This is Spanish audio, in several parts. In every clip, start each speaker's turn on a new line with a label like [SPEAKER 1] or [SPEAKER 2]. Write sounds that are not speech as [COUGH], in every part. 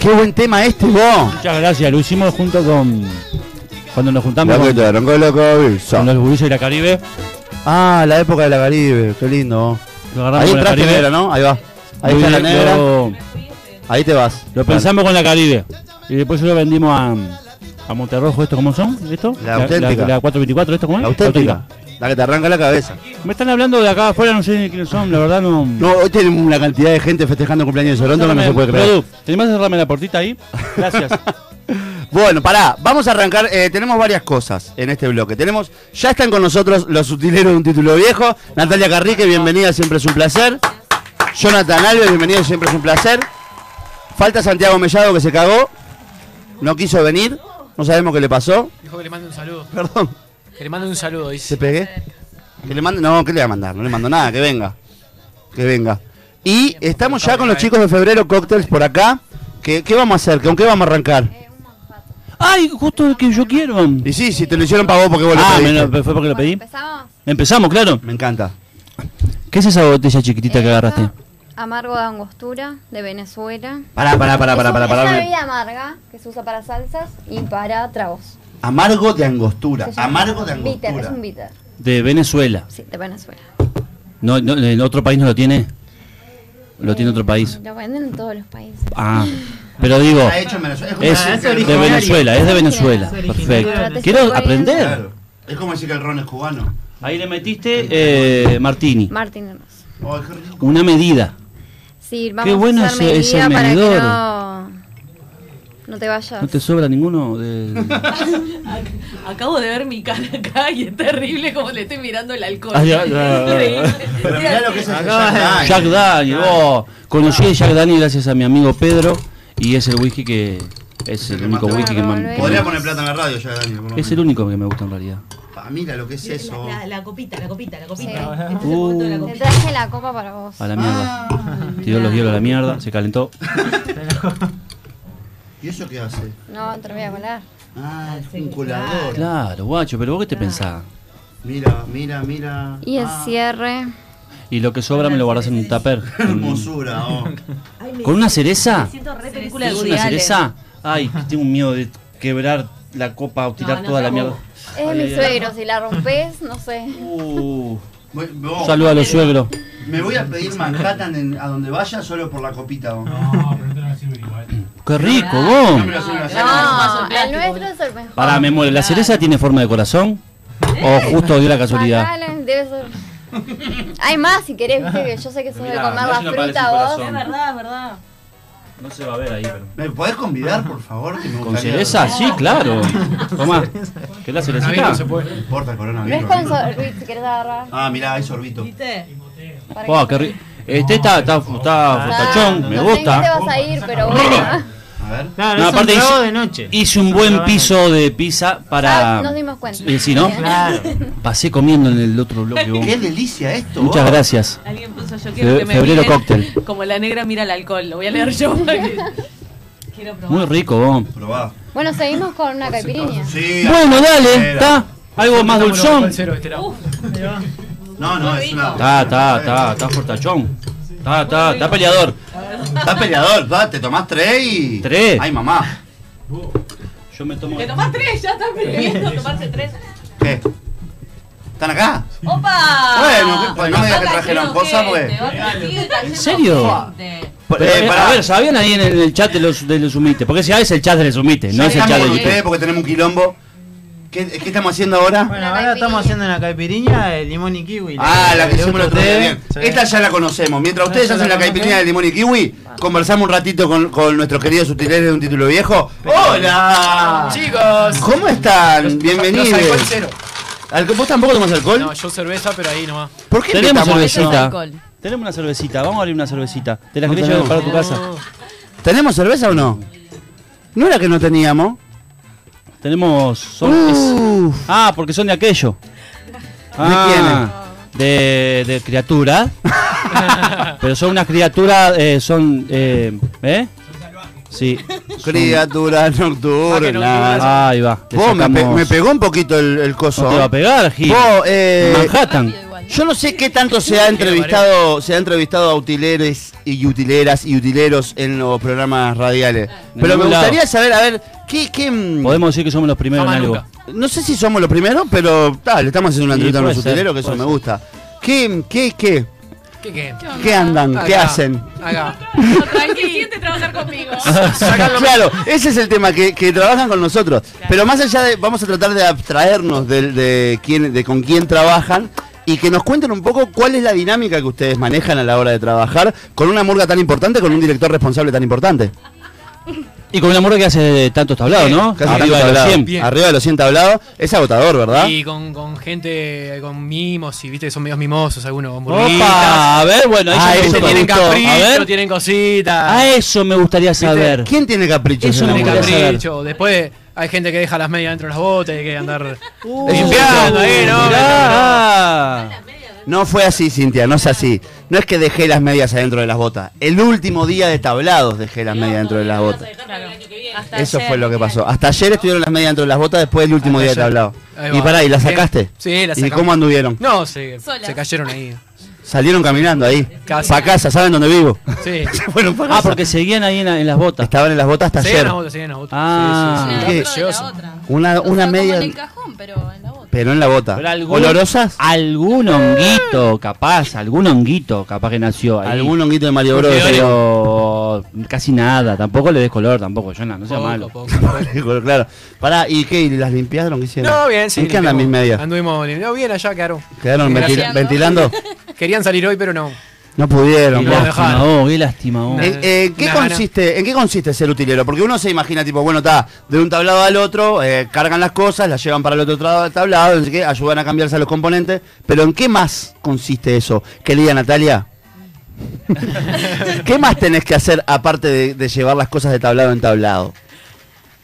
[SPEAKER 1] Qué buen tema este, vos.
[SPEAKER 2] Muchas gracias, lo hicimos junto con. Cuando nos juntamos
[SPEAKER 1] La que
[SPEAKER 2] con,
[SPEAKER 1] te arrancó loco, Wilson.
[SPEAKER 2] con los burisos y la Caribe.
[SPEAKER 1] Ah, la época de la Caribe, qué lindo. vos.
[SPEAKER 2] Lo agarramos
[SPEAKER 1] Ahí
[SPEAKER 2] con la
[SPEAKER 1] entraste
[SPEAKER 2] Caribe.
[SPEAKER 1] negra, ¿no? Ahí va. Ahí
[SPEAKER 2] Lo-
[SPEAKER 1] está la negra.
[SPEAKER 2] Lo,
[SPEAKER 1] Ahí te vas.
[SPEAKER 2] lo pensamos con la Caribe. Y después se lo vendimos a, a Monterrojo, ¿esto cómo son? ¿Esto?
[SPEAKER 1] La auténtica.
[SPEAKER 2] La, 424, ¿esto cómo es?
[SPEAKER 1] La auténtica. La que te arranca la cabeza.
[SPEAKER 2] Me están hablando de acá afuera, no sé ni quiénes son, la verdad no.
[SPEAKER 1] No, hoy tenemos una cantidad de gente festejando cumpleaños de Soronto que no se puede creer.
[SPEAKER 2] Produ, ¿te animás a cerrarme la portita ahí?
[SPEAKER 1] [LAUGHS]
[SPEAKER 2] Gracias.
[SPEAKER 1] Bueno, pará, vamos a arrancar. eh, tenemos varias cosas en este bloque. Tenemos, ya están con nosotros los utileros de un título viejo. Natalia Carrique, bienvenida, siempre es un placer. Jonathan Alves, bienvenido, siempre es un placer. Falta Santiago Mellado que se cagó. No quiso venir. No sabemos qué le pasó.
[SPEAKER 3] Dijo que le mande un saludo.
[SPEAKER 1] Perdón.
[SPEAKER 3] Que le mande un saludo, dice.
[SPEAKER 1] ¿Se pegué? Que le mande, no, ¿qué le voy a mandar? No le mando nada, que venga. Que venga. Y estamos ya con los chicos de febrero Cocktails por acá. ¿Qué, qué vamos a hacer? ¿Con qué vamos a arrancar?
[SPEAKER 2] ¡Ay, justo el que yo quiero!
[SPEAKER 1] Y sí, si te lo hicieron pagó porque vos lo
[SPEAKER 2] Ah, me
[SPEAKER 1] pediste.
[SPEAKER 2] lo- fue porque lo
[SPEAKER 4] Bueno,
[SPEAKER 2] pedí.
[SPEAKER 4] ¿Empezamos?
[SPEAKER 2] Empezamos, claro.
[SPEAKER 1] Me encanta.
[SPEAKER 2] ¿Qué es esa botella chiquitita que
[SPEAKER 4] Eh,
[SPEAKER 2] agarraste?
[SPEAKER 4] Amargo de angostura, de Venezuela.
[SPEAKER 1] Pará, pará, pará, pará,
[SPEAKER 4] es un-
[SPEAKER 1] pará,
[SPEAKER 4] es una
[SPEAKER 1] pará.
[SPEAKER 4] bebida amarga que se usa para salsas y para tragos.
[SPEAKER 1] Amargo de angostura.
[SPEAKER 4] Se llama
[SPEAKER 1] Amargo de
[SPEAKER 4] bitter, es
[SPEAKER 1] angostura.
[SPEAKER 4] un bitter,
[SPEAKER 2] De Venezuela.
[SPEAKER 4] sí, de Venezuela.
[SPEAKER 2] No, no, ¿En otro país no lo tiene? Lo tiene otro país.
[SPEAKER 4] Lo venden en todos los países.
[SPEAKER 2] Ah, pero digo,
[SPEAKER 1] Está hecho en Venezuela. Ah, Es como,
[SPEAKER 2] es
[SPEAKER 1] decir que el-
[SPEAKER 2] de Venezuela, es de Venezuela. Perfecto. Quiero aprender.
[SPEAKER 1] Claro. Es como decir que el ron es cubano.
[SPEAKER 2] Ahí le metiste eh, martini,
[SPEAKER 4] Martín Hermoso.
[SPEAKER 1] Oh, qué rico.
[SPEAKER 2] una medida.
[SPEAKER 4] Sí, vamos
[SPEAKER 2] Qué bueno
[SPEAKER 4] a usar
[SPEAKER 2] ese- ese
[SPEAKER 4] medida para
[SPEAKER 2] medidor.
[SPEAKER 4] que no, no te vayas.
[SPEAKER 2] ¿No te sobra ninguno? De...
[SPEAKER 5] [LAUGHS] Acabo de ver mi cara acá y es terrible como le estoy mirando el alcohol.
[SPEAKER 2] Ah, ya, ya, ya.
[SPEAKER 1] Pero mirá lo que es ese Jack
[SPEAKER 2] Jack
[SPEAKER 1] Daniel.
[SPEAKER 2] Daniel, oh, conocí a Jack Daniel gracias a mi amigo Pedro y es el whisky que es el único whisky que me, que
[SPEAKER 1] Podría
[SPEAKER 2] me-
[SPEAKER 1] poner plata en la radio ya, Daniel. por lo
[SPEAKER 2] es el
[SPEAKER 1] menos.
[SPEAKER 2] único que me gusta en realidad.
[SPEAKER 1] Ah, mira lo que es eso.
[SPEAKER 5] La, la copita, la copita, la
[SPEAKER 4] Sí.
[SPEAKER 5] copita. Este es el momento de la
[SPEAKER 4] Te
[SPEAKER 5] copita.
[SPEAKER 4] traje la copa para vos.
[SPEAKER 2] A la mierda.
[SPEAKER 1] Ah,
[SPEAKER 2] Tiró Uh. los hielos a la mierda, se calentó.
[SPEAKER 1] ¿Y eso qué hace?
[SPEAKER 4] No, te lo voy a colar.
[SPEAKER 1] Ah, es un colador.
[SPEAKER 2] Claro, guacho, pero vos qué te pensás?
[SPEAKER 1] Mira, mira, mira.
[SPEAKER 4] Y el
[SPEAKER 1] Ah,
[SPEAKER 4] cierre.
[SPEAKER 2] Y lo que sobra me lo guardás en un
[SPEAKER 3] [LAUGHS]
[SPEAKER 2] tupper. Mm.
[SPEAKER 1] qué hermosura, oh.
[SPEAKER 5] Ay, me-
[SPEAKER 2] ¿Con una cereza?
[SPEAKER 5] me siento re película de
[SPEAKER 2] ¿Es
[SPEAKER 5] Woody
[SPEAKER 2] una
[SPEAKER 5] Allen.
[SPEAKER 2] cereza? Ay, que tengo miedo de quebrar la copa o tirar
[SPEAKER 5] No, no,
[SPEAKER 2] toda la
[SPEAKER 5] no.
[SPEAKER 2] mierda.
[SPEAKER 4] Es de mis suegros, si la rompes, no sé.
[SPEAKER 2] Uh,
[SPEAKER 1] Voy- vos,
[SPEAKER 2] saludo a los suegros.
[SPEAKER 1] Me voy a pedir Manhattan en- a donde vaya solo por la copita. vos.
[SPEAKER 2] ¡Qué rico, vos!
[SPEAKER 1] No me lo sirven así,
[SPEAKER 5] vaso
[SPEAKER 4] No,
[SPEAKER 5] de plástico,
[SPEAKER 4] el nuestro es el mejor.
[SPEAKER 2] Pará, me muero. ¿La cereza tiene forma de corazón? ¿O
[SPEAKER 4] Eh.
[SPEAKER 2] justo dio la casualidad?
[SPEAKER 4] Bacala, Ah, debe ser. Hay más si querés, viste, que yo sé que sos de
[SPEAKER 2] Mirá,
[SPEAKER 4] comer
[SPEAKER 2] no
[SPEAKER 4] la
[SPEAKER 2] se me parece un
[SPEAKER 4] fruta vos.
[SPEAKER 2] corazón.
[SPEAKER 5] Es verdad, es verdad.
[SPEAKER 2] No se va a ver ahí, pero.
[SPEAKER 1] ¿Me podés convidar, por favor? Que me
[SPEAKER 2] ¿Con
[SPEAKER 1] gustaría-
[SPEAKER 2] cereza? Sí, claro.
[SPEAKER 1] [LAUGHS]
[SPEAKER 2] Tomá. ¿Qué es la
[SPEAKER 3] Navidad
[SPEAKER 2] cerecita?
[SPEAKER 3] no se puede.
[SPEAKER 1] No importa el
[SPEAKER 4] No es
[SPEAKER 1] coronavirus.
[SPEAKER 4] con sorbito, si querés agarrar.
[SPEAKER 1] Ah, mirá, hay sorbito.
[SPEAKER 5] ¿Viste?
[SPEAKER 4] para
[SPEAKER 2] Buah,
[SPEAKER 4] que-
[SPEAKER 2] qué rico. Este está, está, está
[SPEAKER 4] Ah,
[SPEAKER 2] fortachón, me
[SPEAKER 4] no sé en qué te
[SPEAKER 2] gusta.
[SPEAKER 4] vas a ir,
[SPEAKER 2] [LAUGHS]
[SPEAKER 4] pero bueno.
[SPEAKER 1] A ver.
[SPEAKER 2] No,
[SPEAKER 3] Claro,
[SPEAKER 2] aparte
[SPEAKER 3] aparte
[SPEAKER 2] hice-
[SPEAKER 3] de noche.
[SPEAKER 2] Hice un buen piso de pizza para.
[SPEAKER 4] Ah, [LAUGHS] nos dimos cuenta.
[SPEAKER 2] Eh, Sí, ¿no?
[SPEAKER 3] Claro.
[SPEAKER 2] Pasé comiendo en el otro bloque. vos.
[SPEAKER 1] Qué delicia esto.
[SPEAKER 2] Muchas
[SPEAKER 1] vos.
[SPEAKER 2] gracias.
[SPEAKER 5] Alguien puso yo quiero
[SPEAKER 2] Fe-
[SPEAKER 5] que me
[SPEAKER 2] febrero
[SPEAKER 5] miren
[SPEAKER 2] cóctel.
[SPEAKER 5] Como la negra mira el alcohol, lo voy a leer
[SPEAKER 2] [LAUGHS]
[SPEAKER 5] yo. porque quiero probar.
[SPEAKER 2] Muy rico, vos.
[SPEAKER 1] Probá.
[SPEAKER 4] Bueno, seguimos con una caipirinha.
[SPEAKER 1] Sí.
[SPEAKER 2] Bueno, dale,
[SPEAKER 1] Era.
[SPEAKER 2] está. Algo más dulzón.
[SPEAKER 3] Cero, este era. Ahí va.
[SPEAKER 1] No, no, es una.
[SPEAKER 2] Está, está, está, está fortachón. Está, está, está peleador.
[SPEAKER 1] Está peleador, va, te tomás tres y.
[SPEAKER 2] Tres.
[SPEAKER 1] Ay, mamá.
[SPEAKER 2] Yo me tomo.
[SPEAKER 5] Te tomás tres, ya estás pidiendo tomarse tres.
[SPEAKER 1] ¿Qué? ¿Están acá?
[SPEAKER 5] ¡Opa!
[SPEAKER 1] Bueno, ¿qué- pues no me digas que
[SPEAKER 5] Vas
[SPEAKER 1] trajeron
[SPEAKER 5] cayendo
[SPEAKER 1] cosas, porque-
[SPEAKER 5] gente, vas cayendo
[SPEAKER 2] ¿En serio?
[SPEAKER 5] gente.
[SPEAKER 1] Por-
[SPEAKER 2] Pero,
[SPEAKER 1] eh,
[SPEAKER 2] eh,
[SPEAKER 1] pará.
[SPEAKER 2] A ver, ¿sabían ahí en el, el chat de los, de los Sumite? Porque si ah, es el chat de los Sumite, no es el
[SPEAKER 1] Estamos
[SPEAKER 2] chat de
[SPEAKER 1] con
[SPEAKER 2] YouTube.
[SPEAKER 1] ustedes porque tenemos un quilombo. ¿Qué, qué estamos haciendo ahora?
[SPEAKER 3] Bueno,
[SPEAKER 4] Una
[SPEAKER 3] ahora
[SPEAKER 4] caipirinha.
[SPEAKER 3] estamos haciendo una caipirinha de limón y kiwi.
[SPEAKER 1] Ah, la que
[SPEAKER 3] le
[SPEAKER 1] hicimos el
[SPEAKER 3] gusta
[SPEAKER 1] otro día.
[SPEAKER 3] a
[SPEAKER 1] Bien.
[SPEAKER 3] ustedes. Sí.
[SPEAKER 1] Esta ya la conocemos. Mientras ustedes
[SPEAKER 3] ya
[SPEAKER 1] hacen
[SPEAKER 3] la
[SPEAKER 1] la caipirinha
[SPEAKER 3] conocen.
[SPEAKER 1] de limón y kiwi, conversamos un ratito con, con nuestros queridos sutileres de un título viejo. ¡Hola!
[SPEAKER 3] Chicos.
[SPEAKER 1] ¿Cómo están?
[SPEAKER 3] Bienvenido.
[SPEAKER 1] Bienvenidos. Alco- ¿Vos tampoco tomás alcohol?
[SPEAKER 3] No, yo cerveza, pero ahí nomás.
[SPEAKER 1] ¿Por qué
[SPEAKER 2] Tenemos
[SPEAKER 1] invitamos eso?
[SPEAKER 5] Eso es
[SPEAKER 2] cervecita.
[SPEAKER 5] alcohol.
[SPEAKER 2] Tenemos una cervecita, vamos a abrir una cervecita. ¿Te la
[SPEAKER 1] No
[SPEAKER 2] querés llevar para tu
[SPEAKER 1] tenemos.
[SPEAKER 2] casa?
[SPEAKER 1] ¿Tenemos cerveza o no? ¿No era que no teníamos?
[SPEAKER 2] Tenemos.
[SPEAKER 1] Uh.
[SPEAKER 2] son- es-
[SPEAKER 1] Uf.
[SPEAKER 2] ah, porque son de aquello. Ah. De, de
[SPEAKER 3] [LAUGHS]
[SPEAKER 2] criaturas. Pero son unas criaturas, eh, son. Eh, ¿Eh? Sí. son-
[SPEAKER 1] Criatura
[SPEAKER 3] Ah, que no,
[SPEAKER 1] nocturna.
[SPEAKER 2] Ahí va. le
[SPEAKER 1] Vos, me, pe-
[SPEAKER 2] sacamos-
[SPEAKER 1] me pegó un poquito el, el
[SPEAKER 2] No
[SPEAKER 1] coso.
[SPEAKER 2] te va a pegar, Gil.
[SPEAKER 1] Vos, eh,
[SPEAKER 2] Manhattan.
[SPEAKER 5] Rápido igual.
[SPEAKER 1] Yo no sé qué tanto se ha entrevistado, se ha entrevistado a utileres y utileras y utileros en los programas radiales. Pero me
[SPEAKER 2] ningún lado.
[SPEAKER 1] gustaría saber, a ver, ¿qué, qué, mm,
[SPEAKER 2] Podemos decir que somos los primeros
[SPEAKER 3] Jamás
[SPEAKER 2] en algo.
[SPEAKER 3] nunca.
[SPEAKER 1] No sé si somos los primeros, pero ta, le estamos haciendo una
[SPEAKER 2] Sí,
[SPEAKER 1] entrevista a
[SPEAKER 2] puede
[SPEAKER 1] unos
[SPEAKER 2] ser,
[SPEAKER 1] utileros, que eso
[SPEAKER 2] puede
[SPEAKER 1] me
[SPEAKER 2] ser.
[SPEAKER 1] gusta. ¿Qué, qué, qué?
[SPEAKER 3] ¿Qué qué?
[SPEAKER 1] ¿Qué andan? ¿Qué
[SPEAKER 3] Acá,
[SPEAKER 1] hacen?
[SPEAKER 3] Acá.
[SPEAKER 5] Tranqui, siente trabajar conmigo.
[SPEAKER 1] [LAUGHS] claro, ese es el tema, que, que trabajan con nosotros. Pero más allá de, vamos a tratar de abstraernos del- de, quién, de con quién trabajan y que nos cuenten un poco cuál es la dinámica que ustedes manejan a la hora de trabajar con una murga tan importante, con un director responsable tan importante.
[SPEAKER 2] Y con una murga que hace tantos tablados, ¿no?
[SPEAKER 1] Casi
[SPEAKER 2] Arriba
[SPEAKER 1] tanto
[SPEAKER 2] de los
[SPEAKER 1] hablado.
[SPEAKER 2] 100.
[SPEAKER 3] Bien.
[SPEAKER 1] Arriba de los 100 tablados. Es agotador, ¿verdad?
[SPEAKER 3] Y con, con gente, con mimos, y viste que son medios mimosos algunos, burbujitas.
[SPEAKER 2] Opa, a ver, bueno, ahí
[SPEAKER 1] Ah,
[SPEAKER 2] ya me
[SPEAKER 1] ese
[SPEAKER 2] gustó.
[SPEAKER 3] tienen
[SPEAKER 1] gustó. Ah,
[SPEAKER 2] a
[SPEAKER 3] capricho,
[SPEAKER 2] ver,
[SPEAKER 3] tienen cositas.
[SPEAKER 2] a eso me gustaría saber.
[SPEAKER 1] ¿Quién tiene caprichos?
[SPEAKER 2] Eso
[SPEAKER 1] en la
[SPEAKER 2] no me
[SPEAKER 3] tienen
[SPEAKER 1] murga?
[SPEAKER 2] gustaría saber.
[SPEAKER 3] capricho. Después hay gente que deja las medias dentro de las botas y hay que andar
[SPEAKER 2] Uh,
[SPEAKER 3] limpiando ahí, ¿no?
[SPEAKER 2] mirá.
[SPEAKER 1] No fue así, Cintia, no es así. No es que dejé las medias adentro de las botas. El último día de tablados dejé las medias adentro de las botas.
[SPEAKER 5] Hasta
[SPEAKER 1] Eso
[SPEAKER 5] ayer,
[SPEAKER 1] fue lo que
[SPEAKER 5] mira.
[SPEAKER 1] pasó. Hasta ayer estuvieron las medias dentro de las botas después del último día de
[SPEAKER 3] Hasta
[SPEAKER 1] tablado.
[SPEAKER 3] ayer. Ahí
[SPEAKER 1] Y
[SPEAKER 3] va.
[SPEAKER 1] pará, ¿y las
[SPEAKER 3] Bien.
[SPEAKER 1] sacaste?
[SPEAKER 3] Sí, las
[SPEAKER 1] ¿Y
[SPEAKER 3] sacamos.
[SPEAKER 1] cómo anduvieron?
[SPEAKER 3] No, se,
[SPEAKER 5] Solas.
[SPEAKER 3] se cayeron ahí.
[SPEAKER 1] [LAUGHS] Salieron caminando ahí.
[SPEAKER 3] Casi.
[SPEAKER 1] Pa' casa, ¿saben dónde
[SPEAKER 3] [LAUGHS]
[SPEAKER 1] vivo?
[SPEAKER 3] Sí.
[SPEAKER 1] Se fueron pa'
[SPEAKER 2] Ah,
[SPEAKER 1] casa.
[SPEAKER 2] porque seguían ahí en, la- en las botas.
[SPEAKER 1] Estaban en las botas hasta
[SPEAKER 3] Se llegan
[SPEAKER 1] ayer.
[SPEAKER 3] las botas, se llegan las botas.
[SPEAKER 1] Sí,
[SPEAKER 2] Ah.
[SPEAKER 6] Una
[SPEAKER 1] sí, sí.
[SPEAKER 6] dentro de
[SPEAKER 3] Precioso.
[SPEAKER 6] la otra.
[SPEAKER 1] Una,
[SPEAKER 6] O sea,
[SPEAKER 1] una
[SPEAKER 6] como
[SPEAKER 1] media,
[SPEAKER 6] en el cajón, pero en la otra.
[SPEAKER 1] pero en la bota.
[SPEAKER 2] Pero algún-
[SPEAKER 1] Ah, ¿Olorosas?
[SPEAKER 3] Ah,
[SPEAKER 2] Algún honguito, capaz, algún honguito, capaz que nació ahí.
[SPEAKER 1] Algún honguito de Mario Bros.
[SPEAKER 3] Porque
[SPEAKER 1] pero-
[SPEAKER 2] pero casi nada, tampoco le des color, tampoco, yo no sea
[SPEAKER 3] Poco,
[SPEAKER 2] malo.
[SPEAKER 3] poco, poco.
[SPEAKER 1] [LAUGHS] claro. Pará, ¿y qué? ¿Y ¿Las limpiaron? ¿Qué hicieron?
[SPEAKER 3] No, bien, sí.
[SPEAKER 1] ¿En qué andan mis
[SPEAKER 3] limpiamos.
[SPEAKER 1] medias?
[SPEAKER 3] Anduvimos lim- no, bien allá, quedaron.
[SPEAKER 1] ¿Quedaron ventil-
[SPEAKER 3] Gracias.
[SPEAKER 1] ventilando?
[SPEAKER 3] Querían salir hoy, pero no.
[SPEAKER 1] No pudieron.
[SPEAKER 3] Y
[SPEAKER 1] vos.
[SPEAKER 3] no dejaron.
[SPEAKER 2] Lástima, oh, qué lástima. oh.
[SPEAKER 3] No.
[SPEAKER 1] Eh, eh, ¿qué
[SPEAKER 3] Nah,
[SPEAKER 1] consiste, ¿En qué consiste ser utilero? Porque uno se imagina, tipo, bueno, está de un tablado al otro, eh, cargan las cosas, las llevan para el otro tra- tablado, no sé qué, ayudan a cambiarse a los componentes. Pero ¿en qué más consiste eso, querida Natalia? [LAUGHS] ¿Qué más tenés que hacer aparte de, de llevar las cosas de tablado en tablado?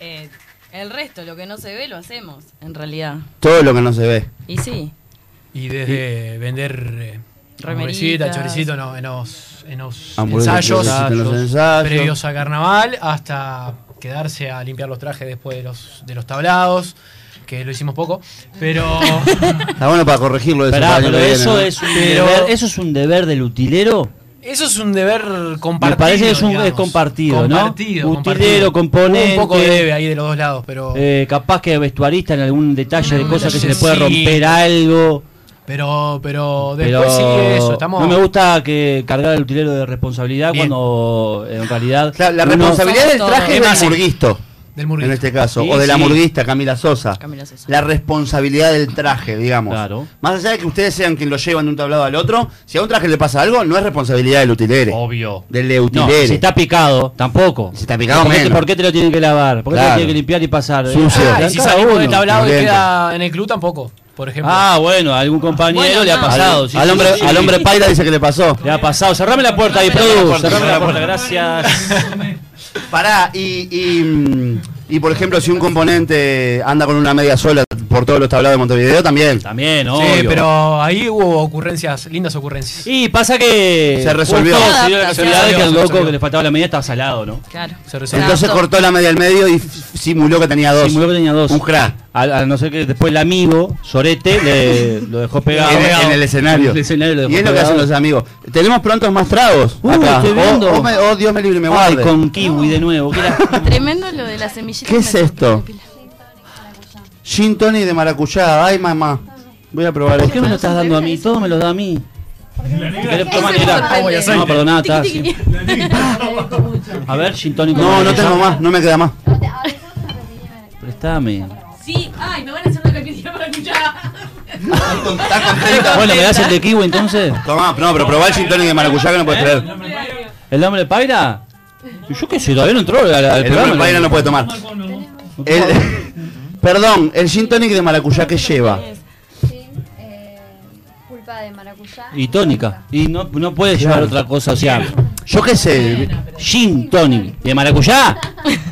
[SPEAKER 6] Eh, el resto, lo que no se ve, lo hacemos, en realidad.
[SPEAKER 1] Todo lo que no se ve.
[SPEAKER 6] Y sí,
[SPEAKER 3] Y desde vender eh, hamburguesita,
[SPEAKER 6] Remeritas.
[SPEAKER 3] choricito no, en los, en los
[SPEAKER 1] Hamburguesas,
[SPEAKER 3] ensayos,
[SPEAKER 1] choricito en los
[SPEAKER 3] ensayos,
[SPEAKER 1] ensayos.
[SPEAKER 3] previos a carnaval, hasta quedarse a limpiar los trajes después de los, de los tablados, que lo hicimos poco,
[SPEAKER 2] [LAUGHS]
[SPEAKER 3] pero
[SPEAKER 1] Está bueno para corregirlo eso.
[SPEAKER 2] Pará,
[SPEAKER 1] para el año
[SPEAKER 2] pero
[SPEAKER 1] que viene,
[SPEAKER 2] eso
[SPEAKER 1] ¿no?
[SPEAKER 2] es un
[SPEAKER 3] Pero-
[SPEAKER 2] deber, eso es un deber del utilero.
[SPEAKER 3] eso es un deber compartido.
[SPEAKER 2] Me parece que es un-
[SPEAKER 3] digamos.
[SPEAKER 2] es compartido, ¿no?
[SPEAKER 3] Compartido,
[SPEAKER 2] Utilero,
[SPEAKER 3] compartido.
[SPEAKER 2] componente.
[SPEAKER 3] Un poco debe ahí de los dos lados, pero,
[SPEAKER 2] Eh, capaz que vestuarista en algún detalle de
[SPEAKER 3] Mm,
[SPEAKER 2] cosas que se le puede
[SPEAKER 3] detallecito.
[SPEAKER 2] romper algo.
[SPEAKER 3] pero, pero
[SPEAKER 2] Pero
[SPEAKER 3] después sigue eso, estamos...
[SPEAKER 2] no me gusta que cargar al utilero de responsabilidad
[SPEAKER 3] Bien.
[SPEAKER 6] cuando,
[SPEAKER 2] cuando en realidad
[SPEAKER 1] Claro, la responsabilidad
[SPEAKER 6] Somos
[SPEAKER 1] del traje
[SPEAKER 6] todos.
[SPEAKER 1] es del
[SPEAKER 3] Es más,
[SPEAKER 1] murguisto,
[SPEAKER 3] Del
[SPEAKER 1] en
[SPEAKER 3] murguito.
[SPEAKER 1] este caso,
[SPEAKER 2] Sí,
[SPEAKER 1] o de la
[SPEAKER 2] sí.
[SPEAKER 1] murguista Camila Sosa.
[SPEAKER 6] Camila Sosa.
[SPEAKER 1] La responsabilidad del traje, digamos.
[SPEAKER 2] Claro.
[SPEAKER 1] Más allá de que ustedes sean quien lo llevan de un tablado al otro, si a un traje le pasa algo, no es responsabilidad del utilere.
[SPEAKER 2] obvio.
[SPEAKER 1] Del
[SPEAKER 2] No,
[SPEAKER 1] utilere.
[SPEAKER 2] si está picado, tampoco.
[SPEAKER 1] Si está picado,
[SPEAKER 2] ¿Por qué, te-
[SPEAKER 1] menos.
[SPEAKER 2] por qué te lo tienen que lavar? ¿Por qué te
[SPEAKER 1] Claro.
[SPEAKER 2] lo tienen que limpiar y pasar?
[SPEAKER 1] Sucio.
[SPEAKER 2] Ah,
[SPEAKER 3] Ah, y
[SPEAKER 2] cada
[SPEAKER 3] si salimos de
[SPEAKER 2] uno.
[SPEAKER 3] tablado y
[SPEAKER 1] Violento.
[SPEAKER 3] queda en el club tampoco, por ejemplo.
[SPEAKER 2] Ah, bueno, a algún compañero
[SPEAKER 6] Bueno,
[SPEAKER 2] le ha
[SPEAKER 6] no.
[SPEAKER 2] pasado.
[SPEAKER 1] al,
[SPEAKER 2] sí,
[SPEAKER 1] al
[SPEAKER 2] sí,
[SPEAKER 1] hombre,
[SPEAKER 2] sí.
[SPEAKER 1] al hombre Paira dice que le pasó.
[SPEAKER 2] Le ha pasado. Cerrame la puerta ahí, Produ. Cerrame la puerta, gracias.
[SPEAKER 1] Pará, y, y, mm, y, por ejemplo, si un componente anda con una media sola por todos los tablados de Montevideo, también.
[SPEAKER 2] También,
[SPEAKER 3] sí,
[SPEAKER 2] obvio.
[SPEAKER 3] pero ahí hubo ocurrencias, lindas ocurrencias.
[SPEAKER 2] Y pasa que.
[SPEAKER 1] Se resolvió.
[SPEAKER 2] justo se dio la casualidad de que el
[SPEAKER 3] Se
[SPEAKER 2] loco
[SPEAKER 3] resolvió.
[SPEAKER 2] que le faltaba la media estaba salado, ¿no?
[SPEAKER 6] claro.
[SPEAKER 3] Se resolvió.
[SPEAKER 1] Entonces
[SPEAKER 6] Claro.
[SPEAKER 1] cortó la media al medio y f- simuló que tenía dos.
[SPEAKER 2] Simuló que tenía dos.
[SPEAKER 1] Un crack.
[SPEAKER 2] A, a no ser que después el amigo, Sorete, le lo dejó pegado.
[SPEAKER 1] En, en el escenario.
[SPEAKER 2] En el escenario lo dejó
[SPEAKER 1] y es lo que
[SPEAKER 2] pegado.
[SPEAKER 1] hacen los amigos. Tenemos prontos más tragos.
[SPEAKER 2] Uh,
[SPEAKER 1] acá.
[SPEAKER 2] estoy
[SPEAKER 1] Oh,
[SPEAKER 2] viendo.
[SPEAKER 1] Oh, me- oh, Dios me libre, me
[SPEAKER 2] Ay,
[SPEAKER 1] guarde.
[SPEAKER 2] con kiwi de nuevo. que era-
[SPEAKER 6] [LAUGHS] Tremendo lo de la semillita.
[SPEAKER 1] ¿Qué es esto? Gin tonic de maracuyá. Ay, mamá. Voy a probar
[SPEAKER 2] ¿Por qué
[SPEAKER 1] esto.
[SPEAKER 2] me lo estás dando a mí? Todo me lo da a mí. ¿Querés tomar?
[SPEAKER 6] Eso es
[SPEAKER 2] Mirá.
[SPEAKER 6] importante. Agua y
[SPEAKER 2] No,
[SPEAKER 6] aceite.
[SPEAKER 2] perdoná, está. sí. A ver, gin tonic con
[SPEAKER 1] No, no
[SPEAKER 2] maracuyá.
[SPEAKER 1] tengo más. No me queda
[SPEAKER 2] [LAUGHS]
[SPEAKER 1] más.
[SPEAKER 2] Préstame.
[SPEAKER 5] Sí, ay, me van a hacer la caquetilla para escuchar.
[SPEAKER 2] Bueno, ¿me das el de kiwi entonces?
[SPEAKER 1] Tomá, no, pero probá el gin tonic de maracuyá que no puedes creer.
[SPEAKER 2] ¿El hombre de Paira? Yo qué sé, todavía no entró al, al
[SPEAKER 1] El
[SPEAKER 2] programa.
[SPEAKER 1] hombre paira no puede tomar. El- [LAUGHS] perdón, el gin tonic de maracuyá que lleva.
[SPEAKER 4] Gin, eh, pulpa de maracuyá.
[SPEAKER 2] Y tónica. Y no, no puede llevar
[SPEAKER 1] Claro.
[SPEAKER 2] otra cosa, o sea,
[SPEAKER 1] Yo qué sé.
[SPEAKER 2] gin tonic de maracuyá.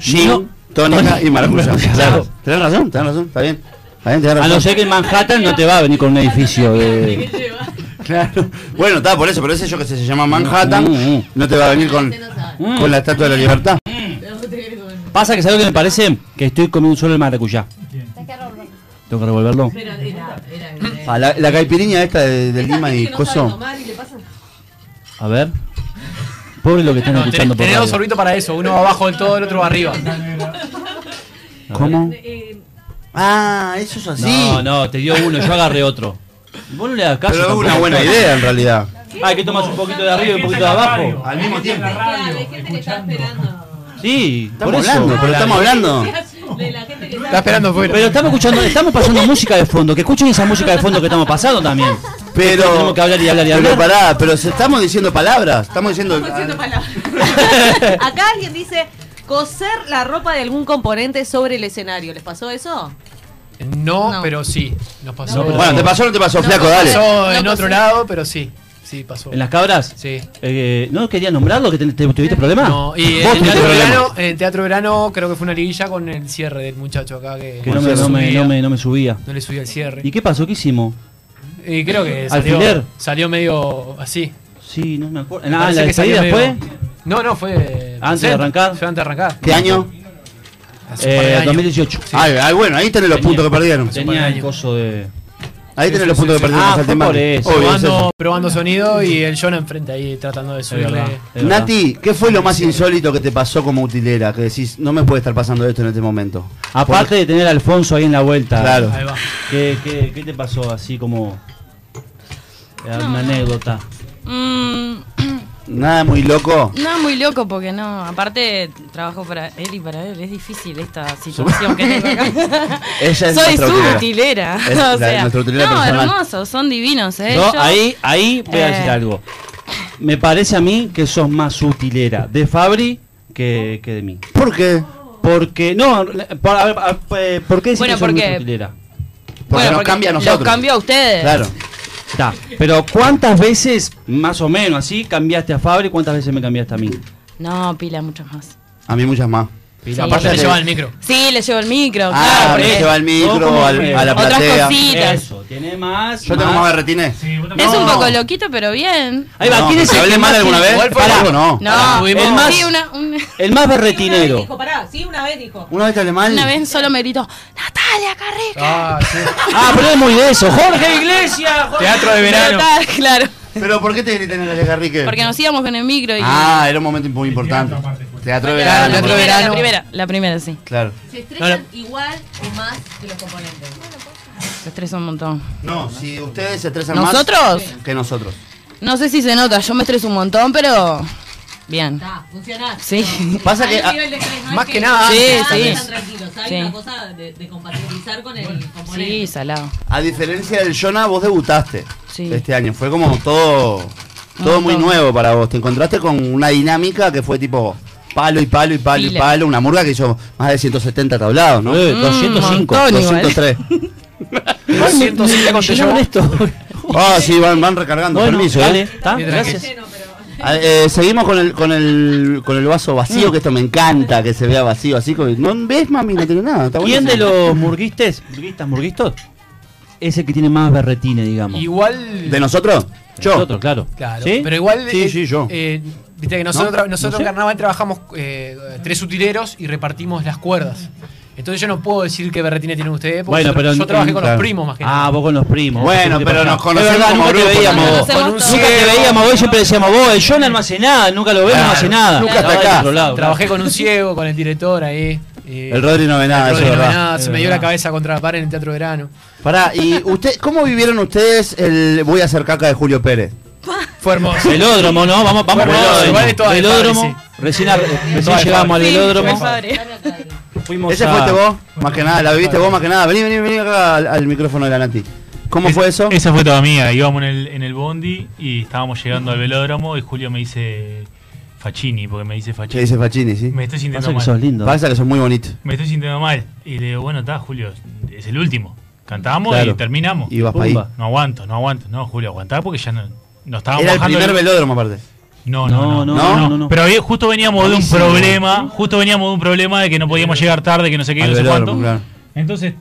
[SPEAKER 1] Gin, tónica y
[SPEAKER 2] [LAUGHS]
[SPEAKER 1] maracuyá. Claro. Tenés razón, tenés razón. Está bien. Está bien, tenés
[SPEAKER 2] A
[SPEAKER 1] razón.
[SPEAKER 2] no ser que en Manhattan no te va a venir con un edificio
[SPEAKER 5] ¿Qué
[SPEAKER 2] de...
[SPEAKER 5] lleva?
[SPEAKER 1] Claro. Bueno, está por eso, pero ese yo que sé, se llama Manhattan. Este No te va a venir con, con la estatua de la libertad.
[SPEAKER 2] Pasa que ¿sabes lo que me parece? Que estoy comiendo solo el maracuyá.
[SPEAKER 4] Está que rojo.
[SPEAKER 2] Tengo que revolverlo.
[SPEAKER 7] Pero era, era
[SPEAKER 1] Ah, la, la caipirinha esta de, de Lima y
[SPEAKER 7] coso.
[SPEAKER 1] coso.
[SPEAKER 2] A ver. Pobre lo que están
[SPEAKER 3] No, tenés,
[SPEAKER 2] escuchando por
[SPEAKER 3] tenés dos
[SPEAKER 2] radio.
[SPEAKER 3] sorbitos para eso, uno abajo del todo, el otro arriba.
[SPEAKER 1] ¿Cómo? Ah, eso es así.
[SPEAKER 2] No, no, te dio uno, yo agarré otro. Vos no le das caso.
[SPEAKER 1] Pero es
[SPEAKER 2] tampoco.
[SPEAKER 1] una buena idea en realidad.
[SPEAKER 2] Hay que tomas un poquito de arriba y un poquito de abajo.
[SPEAKER 1] Al mismo tiempo.
[SPEAKER 7] Hay gente que está esperando.
[SPEAKER 2] Sí,
[SPEAKER 1] Estamos
[SPEAKER 2] por eso.
[SPEAKER 1] hablando, pero estamos hablando.
[SPEAKER 7] [LAUGHS] De la gente que
[SPEAKER 3] Está
[SPEAKER 7] está
[SPEAKER 3] esperando fuera.
[SPEAKER 2] Pero estamos escuchando, estamos pasando música de fondo, que escuchen esa música de fondo que estamos pasando también.
[SPEAKER 1] Pero,
[SPEAKER 2] Tenemos que hablar y hablar y
[SPEAKER 1] pero
[SPEAKER 2] hablar.
[SPEAKER 1] pará, pero se- estamos diciendo palabras. Estamos diciendo.
[SPEAKER 7] Acá alguien dice coser la ropa de algún componente sobre el escenario. ¿Les pasó eso?
[SPEAKER 3] No,
[SPEAKER 6] No.
[SPEAKER 3] pero sí, nos pasó.
[SPEAKER 2] No, pero-
[SPEAKER 1] Bueno, te pasó o no te pasó, flaco, dale.
[SPEAKER 3] Pasó
[SPEAKER 6] No
[SPEAKER 3] en
[SPEAKER 6] pasó.
[SPEAKER 3] otro lado, pero sí, sí pasó.
[SPEAKER 2] ¿En las cabras?
[SPEAKER 3] Sí.
[SPEAKER 2] Eh, ¿No quería nombrarlo? ¿Que te, te- tuviste problema?
[SPEAKER 3] No, y
[SPEAKER 2] Ah, Vos
[SPEAKER 3] en el,
[SPEAKER 2] tuviste
[SPEAKER 3] teatro
[SPEAKER 2] problema.
[SPEAKER 3] verano, en el Teatro Verano creo que fue una liguilla con el cierre del muchacho acá que,
[SPEAKER 1] Pues
[SPEAKER 2] Que no me,
[SPEAKER 3] le
[SPEAKER 2] no, me,
[SPEAKER 3] subía.
[SPEAKER 2] no, me, no me subía.
[SPEAKER 3] No le subía el cierre.
[SPEAKER 2] ¿Y qué pasó? ¿Qué hicimos?
[SPEAKER 3] Y creo que
[SPEAKER 2] ¿Alfiler?
[SPEAKER 3] salió, salió medio así.
[SPEAKER 2] Sí, no me acuerdo. Ah,
[SPEAKER 3] Parece
[SPEAKER 2] la
[SPEAKER 3] que salió
[SPEAKER 2] despedida fue.
[SPEAKER 3] medio- No, no, fue.
[SPEAKER 2] Antes de arrancar.
[SPEAKER 3] Fue antes de arrancar.
[SPEAKER 1] ¿Qué año?
[SPEAKER 3] Hace un par de
[SPEAKER 2] Eh,
[SPEAKER 3] años.
[SPEAKER 2] 2018.
[SPEAKER 1] Ay, ay, bueno, ahí tenés los puntos que perdieron.
[SPEAKER 3] Hace un par de
[SPEAKER 2] Tenía el
[SPEAKER 3] años.
[SPEAKER 2] coso de.
[SPEAKER 1] Ahí
[SPEAKER 3] Sí,
[SPEAKER 1] tenés
[SPEAKER 3] sí,
[SPEAKER 1] los
[SPEAKER 3] sí,
[SPEAKER 1] puntos que
[SPEAKER 3] sí.
[SPEAKER 1] perdieron.
[SPEAKER 2] Ah,
[SPEAKER 1] los
[SPEAKER 2] fue por
[SPEAKER 1] saltimbanquis.
[SPEAKER 2] eso.
[SPEAKER 1] Obvio, es
[SPEAKER 3] probando,
[SPEAKER 1] eso.
[SPEAKER 3] probando sonido y el Jonah enfrente ahí tratando de
[SPEAKER 2] Es verdad,
[SPEAKER 3] subirle.
[SPEAKER 2] es verdad.
[SPEAKER 1] Nati, ¿qué fue lo más insólito que te pasó como utilera? Que decís, no me puede estar pasando esto en este momento.
[SPEAKER 2] Aparte de tener a Alfonso ahí en la vuelta.
[SPEAKER 1] Claro.
[SPEAKER 3] Ahí va.
[SPEAKER 2] ¿Qué, qué, qué te pasó así como.? eh, Una anécdota.
[SPEAKER 6] Mm, [CLEARS THROAT]
[SPEAKER 1] Nada muy loco.
[SPEAKER 6] no, muy loco porque no. Aparte, trabajo para él y para él. Es
[SPEAKER 1] [LAUGHS]
[SPEAKER 6] difícil esta situación que tengo acá.
[SPEAKER 1] Ella es
[SPEAKER 6] Soy
[SPEAKER 1] nuestra
[SPEAKER 6] su
[SPEAKER 1] utilera.
[SPEAKER 6] utilera. [LAUGHS]
[SPEAKER 1] Es
[SPEAKER 6] o
[SPEAKER 1] la-
[SPEAKER 6] sea,
[SPEAKER 1] nuestra utilera
[SPEAKER 6] no,
[SPEAKER 1] personal.
[SPEAKER 6] hermosos, son divinos. ¿eh?
[SPEAKER 2] No,
[SPEAKER 6] Yo-
[SPEAKER 2] ahí, ahí voy a decir
[SPEAKER 6] Eh.
[SPEAKER 2] algo. Me parece a mí que sos más utilera de Fabri que, que de mí.
[SPEAKER 1] ¿Por qué?
[SPEAKER 2] Porque, no, por, a ver, a- eh, ¿por qué decís
[SPEAKER 6] Bueno,
[SPEAKER 2] que sos
[SPEAKER 6] porque-
[SPEAKER 2] más utilera?
[SPEAKER 1] Porque nos cambia a nosotros.
[SPEAKER 6] Los eh. cambió a ustedes.
[SPEAKER 1] Claro.
[SPEAKER 2] Está, pero ¿cuántas veces, más o menos así, cambiaste a Fabri? ¿Cuántas veces me cambiaste a mí?
[SPEAKER 6] No, pila, muchos más.
[SPEAKER 1] A mí muchas más.
[SPEAKER 6] Sí.
[SPEAKER 3] Aparte
[SPEAKER 1] Aparte
[SPEAKER 3] le
[SPEAKER 1] de-
[SPEAKER 3] llevaba el micro.
[SPEAKER 6] Sí, le llevo el micro.
[SPEAKER 1] Ah,
[SPEAKER 6] claro,
[SPEAKER 1] a mí
[SPEAKER 6] porque
[SPEAKER 1] se va el
[SPEAKER 2] No,
[SPEAKER 1] micro,
[SPEAKER 2] como
[SPEAKER 1] al- a la
[SPEAKER 6] otras
[SPEAKER 1] platea.
[SPEAKER 6] cositas.
[SPEAKER 2] Eso, tiene más.
[SPEAKER 1] Yo tengo
[SPEAKER 2] más.
[SPEAKER 1] más berretines.
[SPEAKER 6] Es un
[SPEAKER 1] No.
[SPEAKER 6] poco loquito, pero bien.
[SPEAKER 2] Ahí va,
[SPEAKER 1] No,
[SPEAKER 2] ¿quién es
[SPEAKER 1] ¿te
[SPEAKER 2] el
[SPEAKER 1] hablé
[SPEAKER 2] que
[SPEAKER 1] mal
[SPEAKER 2] más
[SPEAKER 1] alguna
[SPEAKER 2] tiene-
[SPEAKER 1] vez?
[SPEAKER 2] Pará,
[SPEAKER 1] Algo no.
[SPEAKER 6] No,
[SPEAKER 3] Tuvimos-
[SPEAKER 6] el
[SPEAKER 2] más-
[SPEAKER 6] Sí, una, un-
[SPEAKER 2] El más
[SPEAKER 7] Una vez
[SPEAKER 2] berretinero.
[SPEAKER 7] dijo, pará, sí, una vez dijo.
[SPEAKER 1] Una vez te hablé mal.
[SPEAKER 6] una vez solo me gritó, Natalia Carrica.
[SPEAKER 3] Ah, sí.
[SPEAKER 2] Ah, pero es muy de eso. Jorge Iglesias. Jorge-
[SPEAKER 3] Teatro de verano.
[SPEAKER 6] Natalia, [LAUGHS] claro.
[SPEAKER 1] Pero ¿por qué te grité en el Garrique?
[SPEAKER 6] Porque nos íbamos con el micro y...
[SPEAKER 1] Ah, era un momento muy importante. Teatro pues. de
[SPEAKER 6] Claro,
[SPEAKER 1] verano.
[SPEAKER 6] la,
[SPEAKER 3] teatro de
[SPEAKER 6] primera,
[SPEAKER 3] verano.
[SPEAKER 6] la primera, la primera, sí.
[SPEAKER 1] Claro.
[SPEAKER 7] Se estresan
[SPEAKER 3] No,
[SPEAKER 7] igual o más que los componentes.
[SPEAKER 6] Se estresa un montón.
[SPEAKER 1] No, si ustedes se estresan
[SPEAKER 6] ¿Nosotros?
[SPEAKER 1] más que nosotros.
[SPEAKER 6] No sé si se nota, yo me estreso un montón, pero... Bien.
[SPEAKER 7] Está, Ah, funciona.
[SPEAKER 6] Sí.
[SPEAKER 1] Pasa Ah, que ah,
[SPEAKER 3] Más que nada,
[SPEAKER 6] Sí,
[SPEAKER 3] antes
[SPEAKER 6] sí.
[SPEAKER 3] también.
[SPEAKER 7] Están tranquilos, hay
[SPEAKER 6] Sí.
[SPEAKER 7] una cosa de, de compatibilizar con el componente.
[SPEAKER 6] Sí, salado.
[SPEAKER 1] a diferencia del Jonah, vos debutaste
[SPEAKER 6] Sí.
[SPEAKER 1] este año. Fue como todo todo muy
[SPEAKER 6] Montón.
[SPEAKER 1] nuevo para vos. Te encontraste con una dinámica que fue tipo palo y palo y palo y
[SPEAKER 6] Pila.
[SPEAKER 1] palo. Una murga que hizo más de 170 tablados, ¿no?
[SPEAKER 2] Eh,
[SPEAKER 6] Mm,
[SPEAKER 2] 205.
[SPEAKER 6] montón
[SPEAKER 1] [LAUGHS]
[SPEAKER 6] igual.
[SPEAKER 1] 203.
[SPEAKER 2] Ay, me- me-
[SPEAKER 3] 107 con
[SPEAKER 2] me llenaron
[SPEAKER 3] Tellón.
[SPEAKER 2] esto.
[SPEAKER 1] Ah, sí, van, van recargando.
[SPEAKER 2] Bueno,
[SPEAKER 1] Permiso,
[SPEAKER 2] dale,
[SPEAKER 1] ¿eh?
[SPEAKER 2] está,
[SPEAKER 3] Bien,
[SPEAKER 2] gracias.
[SPEAKER 3] tranquilo.
[SPEAKER 1] A- eh, seguimos con el, con el con el vaso vacío, que esto me encanta, que se vea vacío así. como- no ves, mami, no tiene nada. Está
[SPEAKER 2] ¿Quién
[SPEAKER 1] buenísimo.
[SPEAKER 2] de los murguistes, murguistas, murguistos? Es el que tiene más berretines, digamos.
[SPEAKER 3] Igual.
[SPEAKER 1] ¿De nosotros? Yo.
[SPEAKER 2] Nosotros, claro.
[SPEAKER 3] Claro,
[SPEAKER 2] ¿Sí?
[SPEAKER 3] pero igual.
[SPEAKER 1] Sí,
[SPEAKER 3] eh,
[SPEAKER 1] sí, yo.
[SPEAKER 3] eh, Viste que nosotros,
[SPEAKER 1] ¿No?
[SPEAKER 3] tra- nosotros
[SPEAKER 2] No sé.
[SPEAKER 3] en carnaval trabajamos eh, tres utileros y repartimos las cuerdas. Entonces yo no puedo decir qué berretines tienen ustedes, porque
[SPEAKER 2] Bueno,
[SPEAKER 3] yo, tra-
[SPEAKER 2] pero en-
[SPEAKER 3] yo trabajé
[SPEAKER 2] en-
[SPEAKER 3] con
[SPEAKER 1] claro.
[SPEAKER 3] los primos más que
[SPEAKER 2] Ah,
[SPEAKER 3] nada.
[SPEAKER 2] vos con los primos.
[SPEAKER 1] Bueno,
[SPEAKER 2] ¿Qué te
[SPEAKER 1] pero
[SPEAKER 2] pasa?
[SPEAKER 1] nos conocemos
[SPEAKER 2] Es verdad,
[SPEAKER 1] como
[SPEAKER 2] nunca
[SPEAKER 1] grupo,
[SPEAKER 2] Te veíamos,
[SPEAKER 1] nos
[SPEAKER 2] vos.
[SPEAKER 6] conocemos
[SPEAKER 2] Con un
[SPEAKER 6] todos.
[SPEAKER 2] Nunca te veíamos vos y siempre decíamos vos. El John almacenada, nunca lo vemos
[SPEAKER 1] Claro,
[SPEAKER 2] almacenada.
[SPEAKER 1] nunca
[SPEAKER 2] Estaba
[SPEAKER 1] está
[SPEAKER 2] del
[SPEAKER 1] acá.
[SPEAKER 2] otro lado,
[SPEAKER 3] Trabajé con un ciego, con el director ahí. eh,
[SPEAKER 1] El Rodri no ve nada,
[SPEAKER 3] el
[SPEAKER 1] eso
[SPEAKER 3] Rodri
[SPEAKER 1] es
[SPEAKER 3] no ve
[SPEAKER 1] verdad.
[SPEAKER 3] nada,
[SPEAKER 2] Es
[SPEAKER 3] se me dio
[SPEAKER 2] verdad.
[SPEAKER 3] la cabeza contra la pared en el Teatro Verano.
[SPEAKER 1] Pará, ¿y usted, cómo vivieron ustedes el Voy a hacer caca de Julio Pérez?
[SPEAKER 3] Fue hermoso.
[SPEAKER 2] claro. Velódromo, ¿no? Vamos, vamos
[SPEAKER 3] Bueno,
[SPEAKER 2] por
[SPEAKER 3] igual es toda de
[SPEAKER 2] Velódromo.
[SPEAKER 3] Fabri,
[SPEAKER 2] Recién, a- recién
[SPEAKER 3] Toda de
[SPEAKER 2] llegamos al
[SPEAKER 3] Fabri.
[SPEAKER 6] Sí,
[SPEAKER 2] velódromo. este
[SPEAKER 6] fue padre.
[SPEAKER 2] Fuimos
[SPEAKER 1] Ese
[SPEAKER 2] a-
[SPEAKER 1] fuiste vos, más que nada, la viviste vos más que nada. Vení, vení, vení acá al, al micrófono de la Nati. ¿Cómo
[SPEAKER 8] Es-
[SPEAKER 1] fue eso?
[SPEAKER 8] Esa fue toda mía. Íbamos en el, en el bondi y estábamos llegando al velódromo y Julio me dice Facchini, porque me dice
[SPEAKER 1] Que
[SPEAKER 8] Facchini.
[SPEAKER 1] dice Facchini, ¿sí?
[SPEAKER 8] Me
[SPEAKER 2] Pasa
[SPEAKER 8] estoy sintiendo
[SPEAKER 2] que sos
[SPEAKER 8] mal.
[SPEAKER 2] lindo. ¿eh?
[SPEAKER 1] Pasa que son muy bonitos.
[SPEAKER 8] Me estoy sintiendo mal. Y le digo, bueno, está, Julio, es el último. Cantamos
[SPEAKER 1] Claro.
[SPEAKER 8] y terminamos.
[SPEAKER 1] Y vas para ahí.
[SPEAKER 2] Pumba.
[SPEAKER 8] No aguanto, no aguanto. No, Julio, aguantá porque ya no, no estábamos
[SPEAKER 1] Era el
[SPEAKER 8] bajando
[SPEAKER 1] primer
[SPEAKER 8] el-
[SPEAKER 1] velódromo, aparte.
[SPEAKER 8] No, no, no,
[SPEAKER 2] No,
[SPEAKER 8] no,
[SPEAKER 1] no,
[SPEAKER 8] no,
[SPEAKER 2] no, no.
[SPEAKER 8] Pero había- justo veníamos de un
[SPEAKER 1] Buenísimo.
[SPEAKER 8] problema, justo veníamos de un problema de que no podíamos llegar tarde, que no sé qué, que
[SPEAKER 1] Al
[SPEAKER 8] no sé
[SPEAKER 1] velódromo,
[SPEAKER 8] cuánto.
[SPEAKER 1] claro.
[SPEAKER 8] Entonces,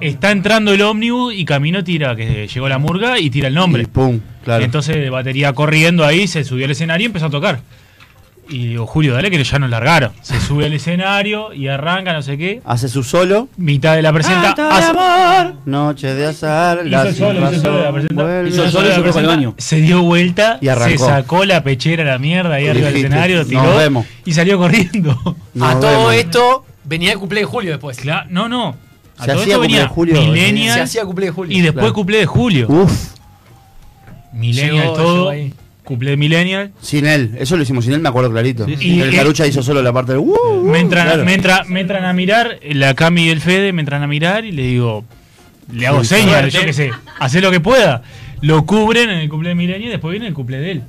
[SPEAKER 8] está entrando el ómnibus y Camino tira, que llegó la murga y tira el
[SPEAKER 1] Y
[SPEAKER 8] nombre.
[SPEAKER 1] pum, claro.
[SPEAKER 8] Entonces, batería corriendo ahí, se subió al escenario y empezó a tocar. Y digo, Julio, dale que ya nos largaron. Se sube al escenario y arranca, no sé qué.
[SPEAKER 1] Hace su solo.
[SPEAKER 8] Mitad de la presenta.
[SPEAKER 1] Ah,
[SPEAKER 8] hace-
[SPEAKER 1] Noche de azar.
[SPEAKER 8] hizo
[SPEAKER 1] la
[SPEAKER 8] el solo, hizo el solo de la presenta.
[SPEAKER 1] vuelve.
[SPEAKER 2] Hizo el solo y se fue para el baño.
[SPEAKER 8] Se dio vuelta,
[SPEAKER 1] Y arrancó.
[SPEAKER 8] se sacó la pechera a la mierda ahí
[SPEAKER 1] Y
[SPEAKER 8] arriba del
[SPEAKER 1] dijiste,
[SPEAKER 8] escenario,
[SPEAKER 1] "Nos
[SPEAKER 8] tiró
[SPEAKER 1] vemos".
[SPEAKER 8] y salió corriendo. [LAUGHS]
[SPEAKER 1] Nos
[SPEAKER 3] a todo
[SPEAKER 1] vemos.
[SPEAKER 3] esto venía el cumple de Julio después.
[SPEAKER 8] Cla- no, no. A
[SPEAKER 1] Se
[SPEAKER 8] todo
[SPEAKER 1] hacía
[SPEAKER 8] esto
[SPEAKER 1] cumple
[SPEAKER 8] venía
[SPEAKER 1] de julio,
[SPEAKER 8] Millennial
[SPEAKER 3] Se hacía cumple de Julio.
[SPEAKER 8] y después
[SPEAKER 1] claro.
[SPEAKER 8] cumple de Julio.
[SPEAKER 1] Uf,
[SPEAKER 8] millennial
[SPEAKER 3] Llegó, llegó
[SPEAKER 8] todo.
[SPEAKER 3] ahí.
[SPEAKER 8] Cumple de Millennial.
[SPEAKER 1] sin él. Eso lo hicimos sin él, me acuerdo clarito.
[SPEAKER 8] Sí, sí.
[SPEAKER 1] El
[SPEAKER 8] Y-
[SPEAKER 1] Carucha hizo solo la parte de. "Uh, uh",
[SPEAKER 8] Me entran,
[SPEAKER 1] claro.
[SPEAKER 8] me, entra- me entran a mirar, la Cami y el Fede me entran a mirar y le digo, le hago
[SPEAKER 1] Sí,
[SPEAKER 8] señas,
[SPEAKER 3] suerte.
[SPEAKER 8] yo qué sé, hace lo que pueda. Lo cubren en el cumple de Millennial y después viene el cumple de él.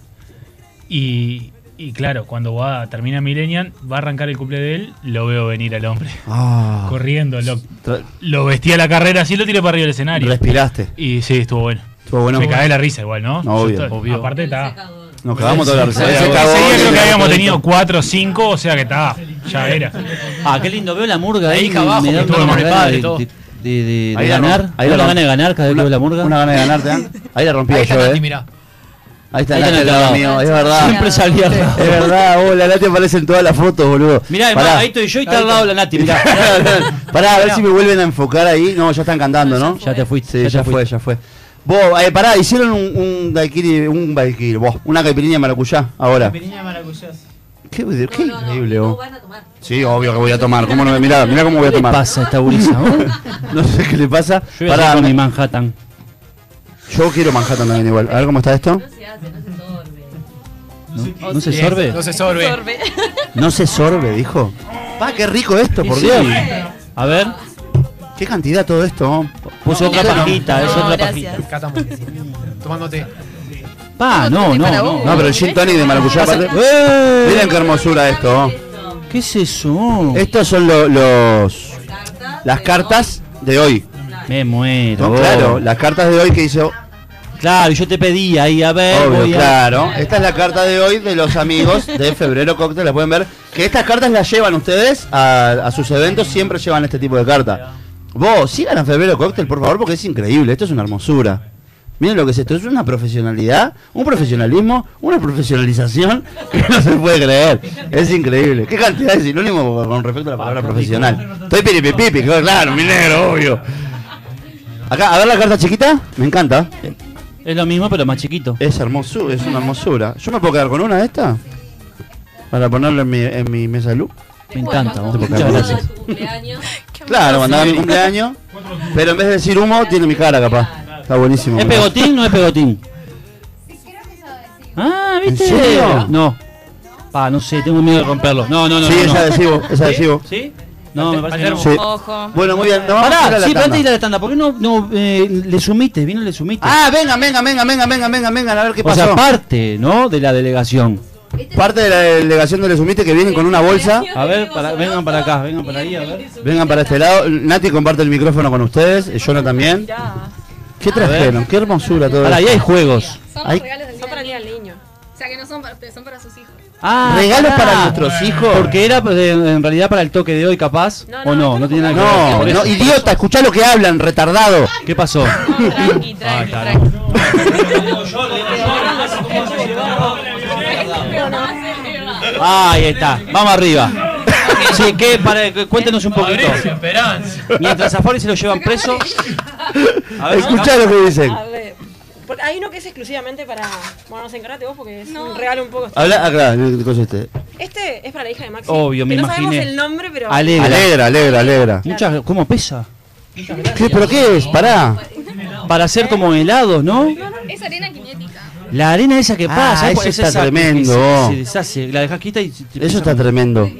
[SPEAKER 8] Y, y claro, cuando va, termina Millennial, va a arrancar el cumple de él, lo veo venir al hombre.
[SPEAKER 1] Ah.
[SPEAKER 8] Corriendo, lo,
[SPEAKER 1] Tra-
[SPEAKER 8] lo vestí a la carrera así, lo tiré para arriba del escenario.
[SPEAKER 1] Respiraste.
[SPEAKER 8] Y sí, estuvo bueno.
[SPEAKER 1] Estuvo bueno.
[SPEAKER 8] Me cagué la risa igual, ¿no?
[SPEAKER 1] No, obvio,
[SPEAKER 8] Yo estoy-
[SPEAKER 2] obvio.
[SPEAKER 8] Aparte está.
[SPEAKER 1] Nos cagamos toda la risa.
[SPEAKER 8] Ese
[SPEAKER 1] Se cagó,
[SPEAKER 8] día creo
[SPEAKER 1] se
[SPEAKER 8] que
[SPEAKER 1] cagó.
[SPEAKER 8] habíamos tenido 4 o 5, o sea que está, ya era.
[SPEAKER 2] Ah, qué lindo, veo la murga ahí.
[SPEAKER 3] La hija abajo,
[SPEAKER 2] me da
[SPEAKER 3] que estuvo
[SPEAKER 2] una
[SPEAKER 3] con el
[SPEAKER 2] gana
[SPEAKER 3] padre y
[SPEAKER 2] de,
[SPEAKER 3] todo.
[SPEAKER 2] de, de- de- de
[SPEAKER 1] Ahí la
[SPEAKER 2] ganar.
[SPEAKER 1] romp- ahí la
[SPEAKER 2] Una
[SPEAKER 1] romp-
[SPEAKER 2] gana de ganar cada vez que veo la murga.
[SPEAKER 1] Una gana de ganarte, ¿eh? Ahí la rompí
[SPEAKER 3] Ahí
[SPEAKER 1] yo,
[SPEAKER 3] está Nati,
[SPEAKER 1] ¿eh?
[SPEAKER 3] mirá.
[SPEAKER 1] Ahí está
[SPEAKER 2] Ahí está
[SPEAKER 1] Nati
[SPEAKER 2] Nati
[SPEAKER 1] al lado
[SPEAKER 2] al
[SPEAKER 1] mío,
[SPEAKER 2] lado.
[SPEAKER 1] es verdad.
[SPEAKER 2] Siempre salía al lado.
[SPEAKER 1] Es verdad, oh, la Nati aparece en todas las fotos, boludo.
[SPEAKER 2] Mirá, además,
[SPEAKER 1] Pará.
[SPEAKER 2] ahí estoy yo y está al lado la Nati, mirá.
[SPEAKER 1] Pará, a ver si me vuelven a enfocar ahí. No, ya están cantando, ¿no?
[SPEAKER 2] Ya te fuiste,
[SPEAKER 1] Sí,
[SPEAKER 2] ya
[SPEAKER 1] ya,
[SPEAKER 2] te
[SPEAKER 1] fue,
[SPEAKER 2] fuiste.
[SPEAKER 1] ya fue. Vos, eh, pará, hicieron un, un daiquiri, un daiquiri, vos, una caipirinha de maracuyá ahora.
[SPEAKER 9] Pirina de maracuyás.
[SPEAKER 1] Qué, qué increíble,
[SPEAKER 2] oh.
[SPEAKER 1] vos.
[SPEAKER 5] van a tomar.
[SPEAKER 1] Sí, obvio que voy a tomar. ¿Cómo no me mirá, mirá cómo voy a
[SPEAKER 2] ¿Qué le
[SPEAKER 1] tomar.
[SPEAKER 2] pasa a esta gurisa? vos?
[SPEAKER 1] [LAUGHS] No sé qué le pasa.
[SPEAKER 2] Yo voy a
[SPEAKER 1] Pará,
[SPEAKER 2] hacer con mi Manhattan.
[SPEAKER 1] yo quiero Manhattan también igual. A ver cómo está esto.
[SPEAKER 5] No se hace, no se torbe.
[SPEAKER 2] ¿No, ¿No se
[SPEAKER 3] Bien,
[SPEAKER 2] sorbe?
[SPEAKER 3] No se sorbe.
[SPEAKER 1] No se sorbe, dijo. Pa, qué rico esto, por Dios.
[SPEAKER 2] A ver,
[SPEAKER 1] Qué cantidad todo esto.
[SPEAKER 2] puse otra
[SPEAKER 1] no.
[SPEAKER 2] pajita, es
[SPEAKER 6] No,
[SPEAKER 2] otra
[SPEAKER 6] gracias.
[SPEAKER 2] pajita.
[SPEAKER 3] Acá estamos. Tomándote.
[SPEAKER 2] Pa, no, no,
[SPEAKER 6] para
[SPEAKER 2] no.
[SPEAKER 1] No, pero el gin tonic de maracuyá aparte.
[SPEAKER 2] ¡Eh!
[SPEAKER 1] Miren qué hermosura esto. oh.
[SPEAKER 2] ¿Qué es eso?
[SPEAKER 1] Estos son lo- los las cartas de hoy.
[SPEAKER 2] Me muero.
[SPEAKER 1] No,
[SPEAKER 2] vos.
[SPEAKER 1] claro, las cartas de hoy que hizo.
[SPEAKER 2] Claro, yo te pedí ahí, a ver,
[SPEAKER 1] Obvio,
[SPEAKER 2] voy a-
[SPEAKER 1] claro. Esta es la carta de hoy de los amigos
[SPEAKER 2] [LAUGHS]
[SPEAKER 1] de Febrero Cóctel, la pueden ver. Que estas cartas las llevan ustedes a, a sus eventos, siempre llevan este tipo de carta. Vos, sigan a Febrero Cóctel, por favor, porque es increíble. Esto es una hermosura. Miren lo que es esto, es una profesionalidad, un profesionalismo, una profesionalización [LAUGHS] que no se puede creer. Es increíble. ¿Qué cantidad de sinónimos con respecto a la palabra profesional? Estoy piripipipi, claro, mi negro, obvio. Acá, a ver la carta chiquita, me encanta.
[SPEAKER 2] Es lo mismo, pero más chiquito.
[SPEAKER 1] Es hermosura, es una hermosura. ¿Yo me puedo quedar con una de estas? Para ponerlo en mi, en mi mesa de luz.
[SPEAKER 2] Me encanta, vos.
[SPEAKER 1] Te puedo
[SPEAKER 2] Muchas
[SPEAKER 1] quedar
[SPEAKER 2] gracias.
[SPEAKER 1] con esa. [LAUGHS] Claro, mandaba mi cumpleaños. Pero en vez de decir humo, tiene mi cara capaz. Está buenísimo.
[SPEAKER 2] ¿Es
[SPEAKER 1] mirá.
[SPEAKER 2] pegotín o no es pegotín? Ah, ¿viste?
[SPEAKER 1] ¿En serio?
[SPEAKER 2] No. Pa, no sé, tengo miedo de romperlo. No, no, no.
[SPEAKER 1] Sí,
[SPEAKER 2] no,
[SPEAKER 1] es
[SPEAKER 2] no.
[SPEAKER 1] adhesivo, es adhesivo.
[SPEAKER 2] ¿Sí? No, me parece que no.
[SPEAKER 1] Sí.
[SPEAKER 6] Ojo.
[SPEAKER 1] Bueno, muy bien. nos vamos a ir a
[SPEAKER 2] Pará,
[SPEAKER 1] la
[SPEAKER 2] sí, pero
[SPEAKER 1] tanda.
[SPEAKER 2] antes de ir a la tanda, ¿por qué no, no eh, le sumiste? Vino le sumiste.
[SPEAKER 1] Ah, vengan, vengan, vengan, vengan, vengan, vengan, vengan, a ver qué
[SPEAKER 2] o
[SPEAKER 1] pasó.
[SPEAKER 2] sea, parte, ¿no? De la delegación.
[SPEAKER 1] Parte de la delegación de los Sumite que vienen con una bolsa.
[SPEAKER 2] A ver, para- vengan para acá, vengan para ahí, a ver.
[SPEAKER 1] Vengan para este lado. Nati comparte el micrófono con ustedes, y Jonah también. ¿Qué trajeron? Qué hermosura todo.
[SPEAKER 2] Pará, ahí
[SPEAKER 1] esto.
[SPEAKER 2] hay juegos.
[SPEAKER 10] Son
[SPEAKER 1] Ay.
[SPEAKER 10] los regalos del día del niño. O sea que no son para ustedes, son para sus hijos.
[SPEAKER 2] Ah,
[SPEAKER 1] Regalos
[SPEAKER 2] pará.
[SPEAKER 1] para nuestros hijos.
[SPEAKER 2] Porque era pues, de- en realidad para el toque de hoy, capaz.
[SPEAKER 10] No, no,
[SPEAKER 2] o no,
[SPEAKER 10] yo
[SPEAKER 2] no
[SPEAKER 10] no
[SPEAKER 2] tiene nada que ver.
[SPEAKER 1] No,
[SPEAKER 2] Por eso.
[SPEAKER 1] no, idiota, escuchá lo que hablan, retardado.
[SPEAKER 2] ¿Qué pasó? Ah,
[SPEAKER 6] Tranqui, tranqui, tranqui.
[SPEAKER 2] Ahí está, vamos
[SPEAKER 1] [LAUGHS]
[SPEAKER 2] arriba. Sí, que para, que- cuéntenos un poquito.
[SPEAKER 3] Mauricio, esperanza.
[SPEAKER 2] Mientras a Fori se lo llevan preso. A ver,
[SPEAKER 1] Escuchá lo que dicen.
[SPEAKER 9] A ver. por- Hay uno que es exclusivamente para. Bueno, no sé, encargate vos porque es un regalo un poco.
[SPEAKER 1] Habla acá, ¿qué cosa es este?
[SPEAKER 9] Este es para la hija de Maxi.
[SPEAKER 2] Obvio, me
[SPEAKER 9] que No
[SPEAKER 2] imaginé.
[SPEAKER 9] sabemos el nombre, pero.
[SPEAKER 2] Alegra.
[SPEAKER 1] Alegra, alegra, alegra.
[SPEAKER 2] Muchas, ¿Cómo pesa?
[SPEAKER 1] ¿Qué, ¿Pero qué es? Pará.
[SPEAKER 2] Para hacer como helados, ¿no?
[SPEAKER 10] Es arena cinética.
[SPEAKER 2] La arena esa que
[SPEAKER 1] Ah,
[SPEAKER 2] pasa.
[SPEAKER 1] eso
[SPEAKER 2] es
[SPEAKER 1] está
[SPEAKER 2] esa que-
[SPEAKER 1] tremendo,
[SPEAKER 2] que se-
[SPEAKER 1] vos.
[SPEAKER 2] Se, deshace, la dejas quita y se
[SPEAKER 1] Eso
[SPEAKER 2] te empieza
[SPEAKER 1] está
[SPEAKER 2] a-
[SPEAKER 1] tremendo.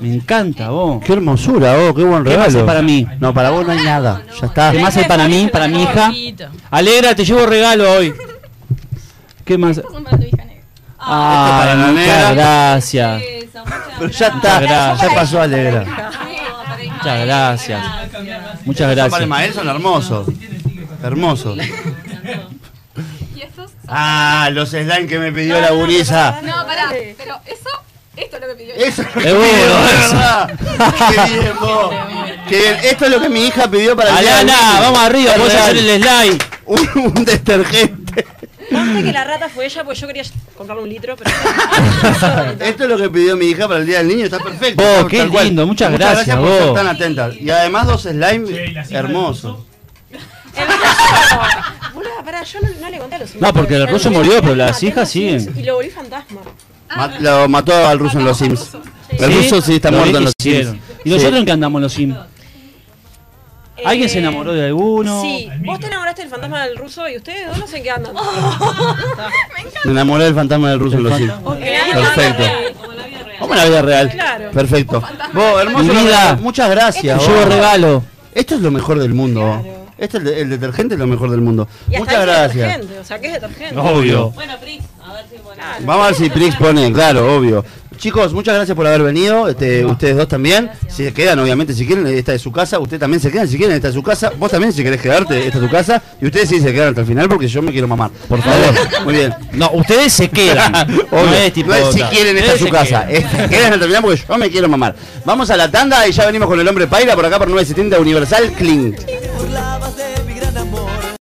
[SPEAKER 2] Me encanta, vos.
[SPEAKER 1] Qué hermosura, oh, qué buen
[SPEAKER 2] ¿Qué más
[SPEAKER 1] regalo.
[SPEAKER 2] es para mí?
[SPEAKER 1] No, para vos no hay nada. Ya está.
[SPEAKER 2] ¿Qué más hay para mí, para mi hija?
[SPEAKER 6] Corpito.
[SPEAKER 2] Alegra, te llevo regalo hoy. ¿Qué más?
[SPEAKER 10] Estos son para tu hija negra. Eh,
[SPEAKER 1] para
[SPEAKER 2] Ah,
[SPEAKER 1] la nena.
[SPEAKER 2] muchas gracias.
[SPEAKER 6] Eso, muchas
[SPEAKER 1] Pero ya está,
[SPEAKER 2] gracias.
[SPEAKER 1] ya pasó alegra.
[SPEAKER 2] Muchas gracias. Muchas
[SPEAKER 1] Para el
[SPEAKER 2] gracias.
[SPEAKER 1] Mael ¿eh? son hermosos. Hermosos.
[SPEAKER 10] Y estos son-
[SPEAKER 1] Ah, los slime que me pidió la gurisa.
[SPEAKER 10] No, pará. Pero eso, esto es lo que pidió. ella.
[SPEAKER 1] Eso es lo que
[SPEAKER 2] Es bueno,
[SPEAKER 1] pidió, de
[SPEAKER 2] eso.
[SPEAKER 1] verdad.
[SPEAKER 2] [LAUGHS]
[SPEAKER 1] Qué bien, vos. Qué bien. Esto es lo que mi hija pidió para el día de
[SPEAKER 2] Alana,
[SPEAKER 1] hoy.
[SPEAKER 2] vamos arriba,
[SPEAKER 1] Es
[SPEAKER 2] vamos a
[SPEAKER 1] real.
[SPEAKER 2] hacer el slide. [LAUGHS]
[SPEAKER 1] un, un detergente.
[SPEAKER 9] Ponte que la rata fue ella, pues yo quería comprarle un litro, pero. [LAUGHS]
[SPEAKER 1] Esto es lo que pidió mi hija para el Día del Niño, está perfecto.
[SPEAKER 2] Vos,
[SPEAKER 1] Tal
[SPEAKER 2] qué
[SPEAKER 1] cual.
[SPEAKER 2] lindo, muchas gracias,
[SPEAKER 1] por
[SPEAKER 2] vos.
[SPEAKER 1] ser tan atentas. Y además dos slime hermosos.
[SPEAKER 9] Boluda, pará, yo no, no le conté a los
[SPEAKER 1] No, porque el ruso murió, pero las hijas siguen.
[SPEAKER 9] Y lo volví fantasma. Ah.
[SPEAKER 1] Ma- lo mató al ruso en los Sims. El
[SPEAKER 2] ¿Sí?
[SPEAKER 1] ruso sí está
[SPEAKER 2] Lo
[SPEAKER 1] muerto en los
[SPEAKER 2] hicieron.
[SPEAKER 1] Sims.
[SPEAKER 2] ¿Y nosotros
[SPEAKER 1] Sí.
[SPEAKER 2] en qué andamos los Sims? ¿Alguien se enamoró de alguno?
[SPEAKER 9] Sí, vos te enamoraste del fantasma del ruso y ustedes dos no sé en qué andan.
[SPEAKER 7] Oh.
[SPEAKER 1] Me enamoré del fantasma del ruso en los Sims. Perfecto. Como la vida real.
[SPEAKER 9] Claro.
[SPEAKER 1] Perfecto. Vos, hermoso.
[SPEAKER 2] Mi vida.
[SPEAKER 1] regalo. Muchas gracias.
[SPEAKER 2] Te llevo regalo.
[SPEAKER 1] Esto es lo mejor del mundo. vos. Este, el, de- el detergente es lo mejor del mundo.
[SPEAKER 9] Y hasta
[SPEAKER 1] Muchas
[SPEAKER 9] es
[SPEAKER 1] gracias.
[SPEAKER 9] detergente, o sea, ¿qué es detergente?
[SPEAKER 1] Obvio.
[SPEAKER 9] Bueno, Pris, a ver si
[SPEAKER 1] Vamos a ver si Prix pone, claro, obvio. Chicos, muchas gracias por haber venido, este, ustedes dos también. Si se quedan, obviamente, si quieren, esta es su casa. Ustedes también se quedan, si quieren, esta es su casa. Vos también, si querés quedarte, esta es tu casa. Y ustedes sí se quedan hasta el final porque yo me quiero mamar. Por favor, muy bien.
[SPEAKER 2] No, ustedes se
[SPEAKER 1] [LAUGHS]
[SPEAKER 2] quedan.
[SPEAKER 1] Obvio,
[SPEAKER 2] No es tipo
[SPEAKER 1] si
[SPEAKER 2] otra.
[SPEAKER 1] quieren, esta es su
[SPEAKER 2] Ustedes se
[SPEAKER 1] casa. Esta- Quedan hasta el final porque yo me quiero mamar. Vamos a la tanda y ya venimos con el hombre Paila por acá por 970 Universal Clean.